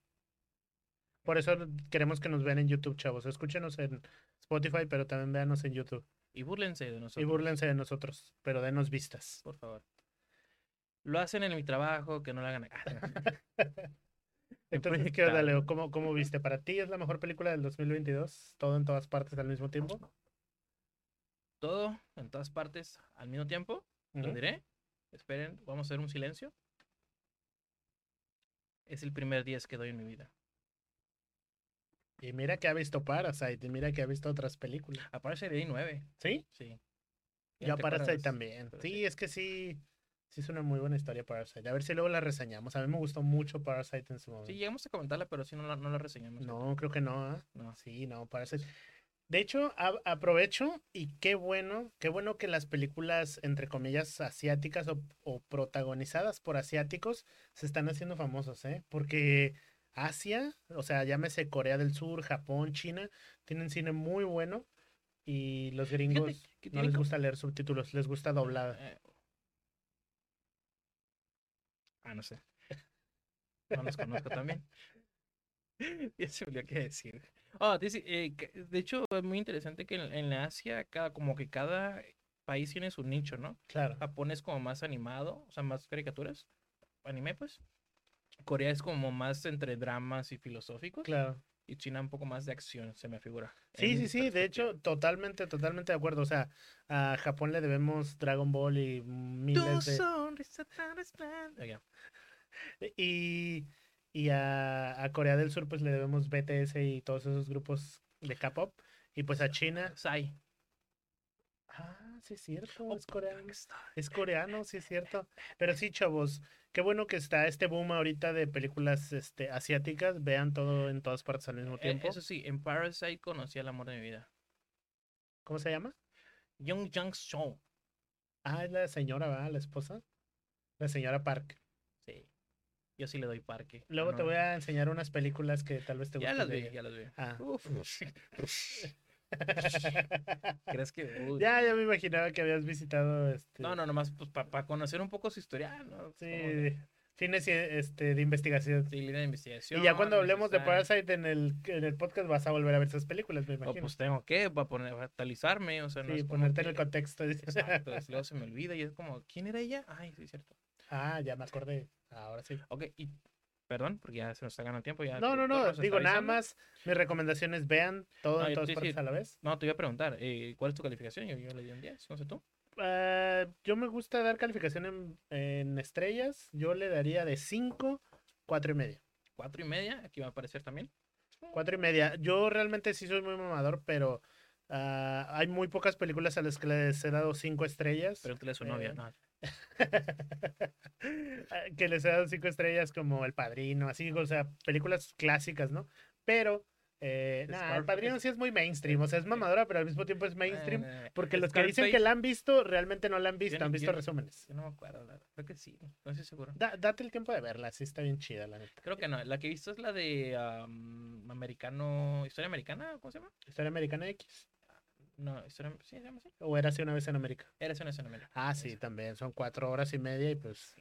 Speaker 1: Por eso queremos que nos vean en YouTube, chavos. Escúchenos en Spotify, pero también véanos en YouTube.
Speaker 2: Y búrlense de
Speaker 1: Y
Speaker 2: nosotros,
Speaker 1: búrlense de nosotros, pero denos vistas.
Speaker 2: por favor. Lo hacen en mi trabajo, que no lo hagan acá.
Speaker 1: Entonces,
Speaker 2: puede
Speaker 1: ¿qué onda,
Speaker 2: estar.
Speaker 1: Leo? ¿Cómo, cómo viste? ¿Para ti es la mejor película del 2022? ¿Todo en todas partes al mismo tiempo?
Speaker 2: Todo, en todas partes, al mismo tiempo. Lo
Speaker 1: Ujú.
Speaker 2: diré. Esperen, vamos a hacer un silencio. Es el primer 10 que doy en mi vida.
Speaker 1: Y mira que ha visto Parasite, y mira que ha visto otras películas.
Speaker 2: Aparece de 9,
Speaker 1: ¿sí.
Speaker 2: sí. Y
Speaker 1: Yo a
Speaker 2: ante
Speaker 1: Parasite
Speaker 2: Paras-
Speaker 1: también.
Speaker 2: pero
Speaker 1: Pues Sí,
Speaker 2: sí.
Speaker 1: es que sí. Sí, es una muy buena historia Parasite. A ver si luego la reseñamos. A mí me gustó mucho Parasite en su momento.
Speaker 2: Sí, llegamos a comentarla, pero si no la, no la reseñamos.
Speaker 1: No, creo que no. ¿ah?
Speaker 2: No.
Speaker 1: Sí, no, Parasite. De hecho, a- aprovecho y qué bueno, qué bueno que las películas, entre comillas, asiáticas o, o protagonizadas por asiáticos se están haciendo famosas, ¿eh? Porque Asia, o sea, llámese Corea del Sur, Japón, China, tienen cine muy bueno y los gringos
Speaker 2: que
Speaker 1: no
Speaker 2: tiene
Speaker 1: les
Speaker 2: como-
Speaker 1: gusta leer subtítulos, les gusta doblada.
Speaker 2: Eh. Ah, no sé. No los conozco también. Ya se me olvidó qué decir. Ah, dice, eh, que- de hecho, es muy interesante que en, en la Asia, cada, como que cada país tiene su nicho, ¿no?
Speaker 1: Claro.
Speaker 2: Japón es como más animado, o sea, más caricaturas, anime pues. Corea es como más entre dramas y filosóficos.
Speaker 1: Claro.
Speaker 2: Y China un poco más de acción, se me figura.
Speaker 1: Sí,
Speaker 2: en
Speaker 1: sí,
Speaker 2: mi
Speaker 1: sí, de
Speaker 2: perspectiva.
Speaker 1: hecho, totalmente, totalmente de acuerdo. O sea, a Japón le debemos Dragon Ball y
Speaker 2: Tu
Speaker 1: miles de...
Speaker 2: sonrisa tan resplandeciente. Ok,
Speaker 1: Y, y a, a Corea del Sur pues le debemos BTS y todos esos grupos de K-pop. Y pues a China.
Speaker 2: Psy.
Speaker 1: Ah, sí es cierto,
Speaker 2: Oh,
Speaker 1: es coreano.
Speaker 2: Rockstar.
Speaker 1: Es coreano, sí es cierto. Pero sí, chavos, qué bueno que está este boom ahorita de películas este, asiáticas. Vean todo en todas partes al mismo
Speaker 2: Eh,
Speaker 1: tiempo.
Speaker 2: Eso sí, en Parasite conocí al amor de mi vida.
Speaker 1: ¿Cómo se llama?
Speaker 2: Young Jung Show.
Speaker 1: Ah, es la señora, ¿verdad? La esposa. La señora Park.
Speaker 2: Sí. Yo sí le doy parque.
Speaker 1: Luego
Speaker 2: Ah,
Speaker 1: te
Speaker 2: no.
Speaker 1: voy a enseñar unas películas que tal vez te
Speaker 2: Ya
Speaker 1: gusten
Speaker 2: las
Speaker 1: de
Speaker 2: vi,
Speaker 1: ella.
Speaker 2: ya las vi.
Speaker 1: Ah.
Speaker 2: Uf. ¿Crees que.? uy.
Speaker 1: Ya, ya me imaginaba que habías visitado este.
Speaker 2: No, no, nomás pues, para conocer un poco su historia. ¿no? Como
Speaker 1: Sí,
Speaker 2: que-
Speaker 1: Fines este, de investigación.
Speaker 2: Sí, línea de investigación.
Speaker 1: Y ya cuando hablemos de
Speaker 2: necesaria.
Speaker 1: Parasite en el, en el podcast vas a volver a ver esas películas, me
Speaker 2: Oh,
Speaker 1: imagino.
Speaker 2: pues tengo que, para poner, para actualizarme, o sea, no
Speaker 1: sí,
Speaker 2: es como
Speaker 1: ponerte en el
Speaker 2: que-
Speaker 1: contexto.
Speaker 2: Exacto, es- luego se me olvida y es como, ¿quién era ella? Ay, sí, es cierto.
Speaker 1: ah, ya me acordé. Ahora sí.
Speaker 2: Ok, y perdón, porque ya se nos está ganando el tiempo. Ya el
Speaker 1: No, no,
Speaker 2: productor
Speaker 1: no.
Speaker 2: nos está
Speaker 1: Digo, nada
Speaker 2: avisando.
Speaker 1: más. Mis recomendaciones, vean todo
Speaker 2: No,
Speaker 1: en
Speaker 2: yo
Speaker 1: todas
Speaker 2: te- sí.
Speaker 1: partes a la vez.
Speaker 2: No, te iba a preguntar, eh, ¿cuál es tu calificación? Yo, yo le di un 10, no sé tú.
Speaker 1: Ah, yo me gusta dar calificación en, en estrellas. Yo le daría de 5, 4 y media.
Speaker 2: ¿Cuatro y media? Aquí va a aparecer también.
Speaker 1: 4 y media. Yo realmente sí soy muy mamador, pero ah, hay muy pocas películas a las que les he dado 5 estrellas.
Speaker 2: Pregúntale a su novia.
Speaker 1: Eh,
Speaker 2: no.
Speaker 1: Ah, que les he dado cinco estrellas como El Padrino, así, o sea, películas clásicas, ¿no? Pero, eh, nah, El
Speaker 2: Scarface.
Speaker 1: Padrino sí es muy mainstream, o sea, es mamadora, pero al mismo tiempo es mainstream,
Speaker 2: Eh, eh,
Speaker 1: porque los que dicen que
Speaker 2: Scarface,
Speaker 1: la han visto, realmente no la han visto,
Speaker 2: Yo no-
Speaker 1: han visto
Speaker 2: yo no-
Speaker 1: resúmenes.
Speaker 2: Yo no me acuerdo, la verdad, creo que sí, no estoy seguro.
Speaker 1: Da- date el tiempo de verla, sí está bien chida, la neta.
Speaker 2: Creo que no, la que he visto es la de am, americano, historia americana, ¿cómo se llama?
Speaker 1: ¿Historia Americana X?
Speaker 2: No, historia, sí, se llama así.
Speaker 1: ¿O era así una vez en América?
Speaker 2: Eres una historia americana.
Speaker 1: Ah, sí, también, son cuatro horas y media y pues...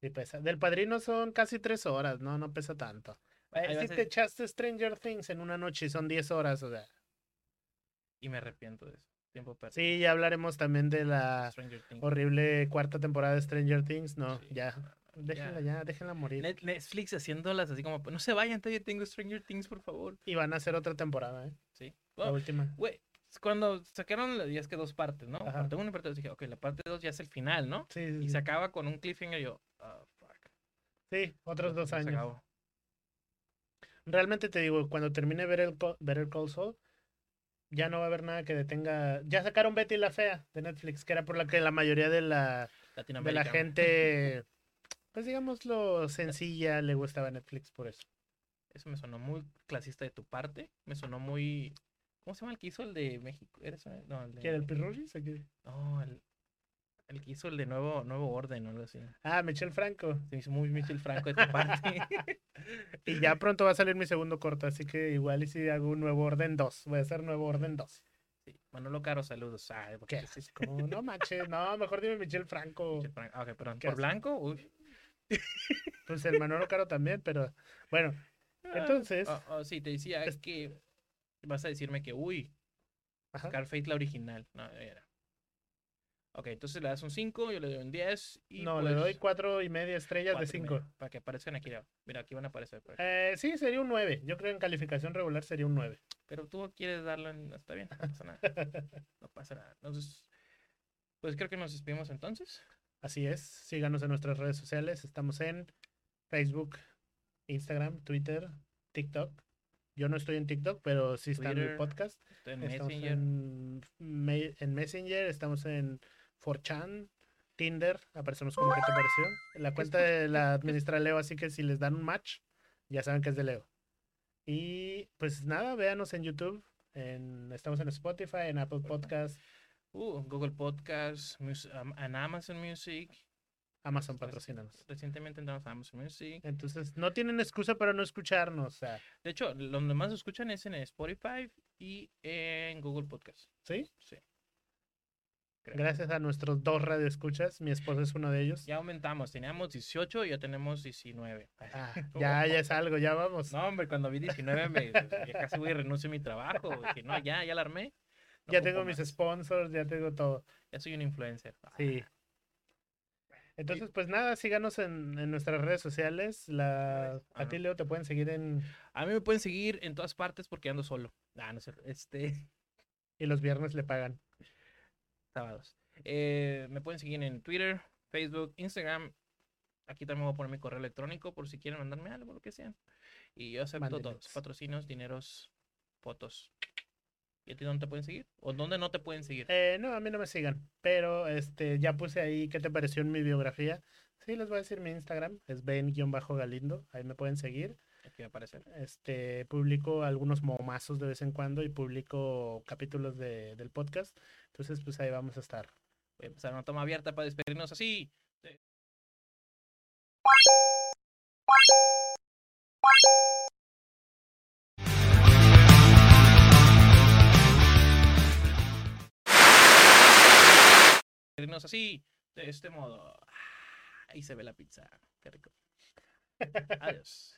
Speaker 1: sí pesa. Del Padrino son casi tres horas, no, no pesa tanto. Eh,
Speaker 2: Ahí va a
Speaker 1: si
Speaker 2: ser-
Speaker 1: te echaste Stranger Things en una noche y son diez horas, o sea...
Speaker 2: Y me arrepiento de eso. Tiempo perdido.
Speaker 1: Sí, ya hablaremos también de la
Speaker 2: Stranger Things.
Speaker 1: horrible cuarta temporada de Stranger Things. No,
Speaker 2: Sí,
Speaker 1: ya. Déjenla ya, déjenla morir.
Speaker 2: Net- Netflix haciéndolas así como, no se vayan, todavía tengo Stranger Things, por favor.
Speaker 1: Y van a hacer otra temporada, ¿eh?
Speaker 2: Sí.
Speaker 1: La última.
Speaker 2: Güey, cuando sacaron, la- ya es que dos partes, ¿no?
Speaker 1: Ajá.
Speaker 2: Parte 1 y parte 2, dije, ok, la parte 2 ya es el final, ¿no?
Speaker 1: Sí, sí,
Speaker 2: Y se
Speaker 1: sí.
Speaker 2: acaba con un cliffhanger y yo, ah, fuck.
Speaker 1: Sí, otros
Speaker 2: ya-
Speaker 1: dos
Speaker 2: ya se
Speaker 1: años.
Speaker 2: acabó.
Speaker 1: Realmente te digo, cuando termine ver el Better Call Saul, ya no va a haber nada que detenga. Ya sacaron Betty la Fea de Netflix, que era por la que la mayoría de la, de
Speaker 2: Latinoamérica.
Speaker 1: la gente, pues digámoslo sencilla, le gustaba Netflix por eso.
Speaker 2: Eso me sonó muy clasista de tu parte. Me sonó muy. ¿Cómo se llama el que hizo el de México? ¿Eres una- No, el de.
Speaker 1: ¿Quién, el Pirurris? o qué?
Speaker 2: No, el... el que hizo el de Nuevo, nuevo Orden o algo así.
Speaker 1: Ah, Michelle Franco.
Speaker 2: Se me hizo muy Michel Franco de tu parte.
Speaker 1: Y ya pronto va a salir mi segundo corto, así que igual y si hago un nuevo orden 2, voy a hacer nuevo orden 2.
Speaker 2: Sí, Manolo Caro, saludos. Ah, ¿por
Speaker 1: ¿Qué
Speaker 2: qué?
Speaker 1: haces? Como, no manches, no, mejor dime Michel Franco.
Speaker 2: Michel Franco. Ah, ok, perdón.
Speaker 1: ¿Qué
Speaker 2: ¿Por
Speaker 1: haces?
Speaker 2: blanco? Uy.
Speaker 1: Pues el Manolo Caro también, pero bueno, entonces,
Speaker 2: Ah, ah, sí, te decía
Speaker 1: es-
Speaker 2: que vas a decirme que, uy,
Speaker 1: ajá,
Speaker 2: Scarface la original. No, era. Ok, entonces le das un 5, yo le doy un 10. Y
Speaker 1: no, le
Speaker 2: pues,
Speaker 1: doy cuatro y media estrellas de
Speaker 2: cuatro y
Speaker 1: cinco.
Speaker 2: medio, Para que aparezcan aquí. ya. Mira, aquí van a aparecer. pues. por ejemplo.
Speaker 1: Eh, sí, sería un 9. Yo creo en calificación regular sería un 9.
Speaker 2: Pero tú quieres darlo en... Está bien, no pasa nada. No pasa nada. Entonces, pues creo que nos despedimos entonces.
Speaker 1: Así es. Síganos en nuestras redes sociales. Estamos en Facebook, Instagram, Twitter, TikTok. Yo no estoy en TikTok, pero sí está en
Speaker 2: Twitter,
Speaker 1: el podcast.
Speaker 2: En
Speaker 1: Estamos
Speaker 2: Messenger.
Speaker 1: En, Me- en Messenger, estamos en 4chan, Tinder, aparecemos como que te pareció. La
Speaker 2: Pues,
Speaker 1: cuenta de la administra Leo, así que si les dan un match, ya saben que es de Leo. Y pues nada, véanos en YouTube, en, estamos en Spotify, en Apple Podcast,
Speaker 2: Uh, Google Podcast, mus- am- en Amazon Music.
Speaker 1: Amazon
Speaker 2: Pues,
Speaker 1: patrocínanos.
Speaker 2: Recientemente entramos a Amazon Music.
Speaker 1: Entonces, no tienen excusa para no escucharnos, o sea,
Speaker 2: De hecho, lo donde más escuchan es en Spotify y en Google Podcast.
Speaker 1: ¿sí?
Speaker 2: Sí. Creo.
Speaker 1: Gracias a nuestros dos radioescuchas, mi esposo es uno de ellos.
Speaker 2: Ya aumentamos, teníamos 18 y ya tenemos 19.
Speaker 1: Ah, ya, ya es algo, ya vamos.
Speaker 2: No, hombre, cuando vi 19 me ya casi voy y renuncio a mi trabajo. Dije, no, ya, ya la armé. No
Speaker 1: ya
Speaker 2: ocupo
Speaker 1: tengo
Speaker 2: más.
Speaker 1: mis sponsors, ya tengo todo.
Speaker 2: Ya soy un influencer. Ah,
Speaker 1: Sí. Entonces, pues nada, síganos en, en nuestras redes sociales. La,
Speaker 2: Ah,
Speaker 1: a
Speaker 2: no.
Speaker 1: ti, Leo, te pueden seguir en...
Speaker 2: A mí me pueden seguir en todas partes porque ando solo. Ah, no es cierto. Este,
Speaker 1: Y los viernes le pagan.
Speaker 2: sábados. Eh, me pueden seguir en Twitter, Facebook, Instagram. Aquí también voy a poner mi correo electrónico por si quieren mandarme algo, lo que sea. Y yo acepto todos.
Speaker 1: Mándenlos.
Speaker 2: Patrocinios, dineros, fotos. ¿Y a ti dónde te pueden seguir? ¿O dónde no te pueden seguir?
Speaker 1: Eh, no, a mí no me sigan. Pero este ya puse ahí qué te pareció en mi biografía. Sí, les voy a decir mi Instagram. Es ben-galindo. Ahí me pueden seguir.
Speaker 2: Aquí va a aparecer.
Speaker 1: Este, publico algunos momazos de vez en cuando y publico capítulos de- del podcast. Entonces, pues ahí vamos a estar.
Speaker 2: Voy a empezar una toma abierta para despedirnos así. Despedirnos así, de este modo. Ah, Ahí se ve la pizza. Qué rico. Adiós.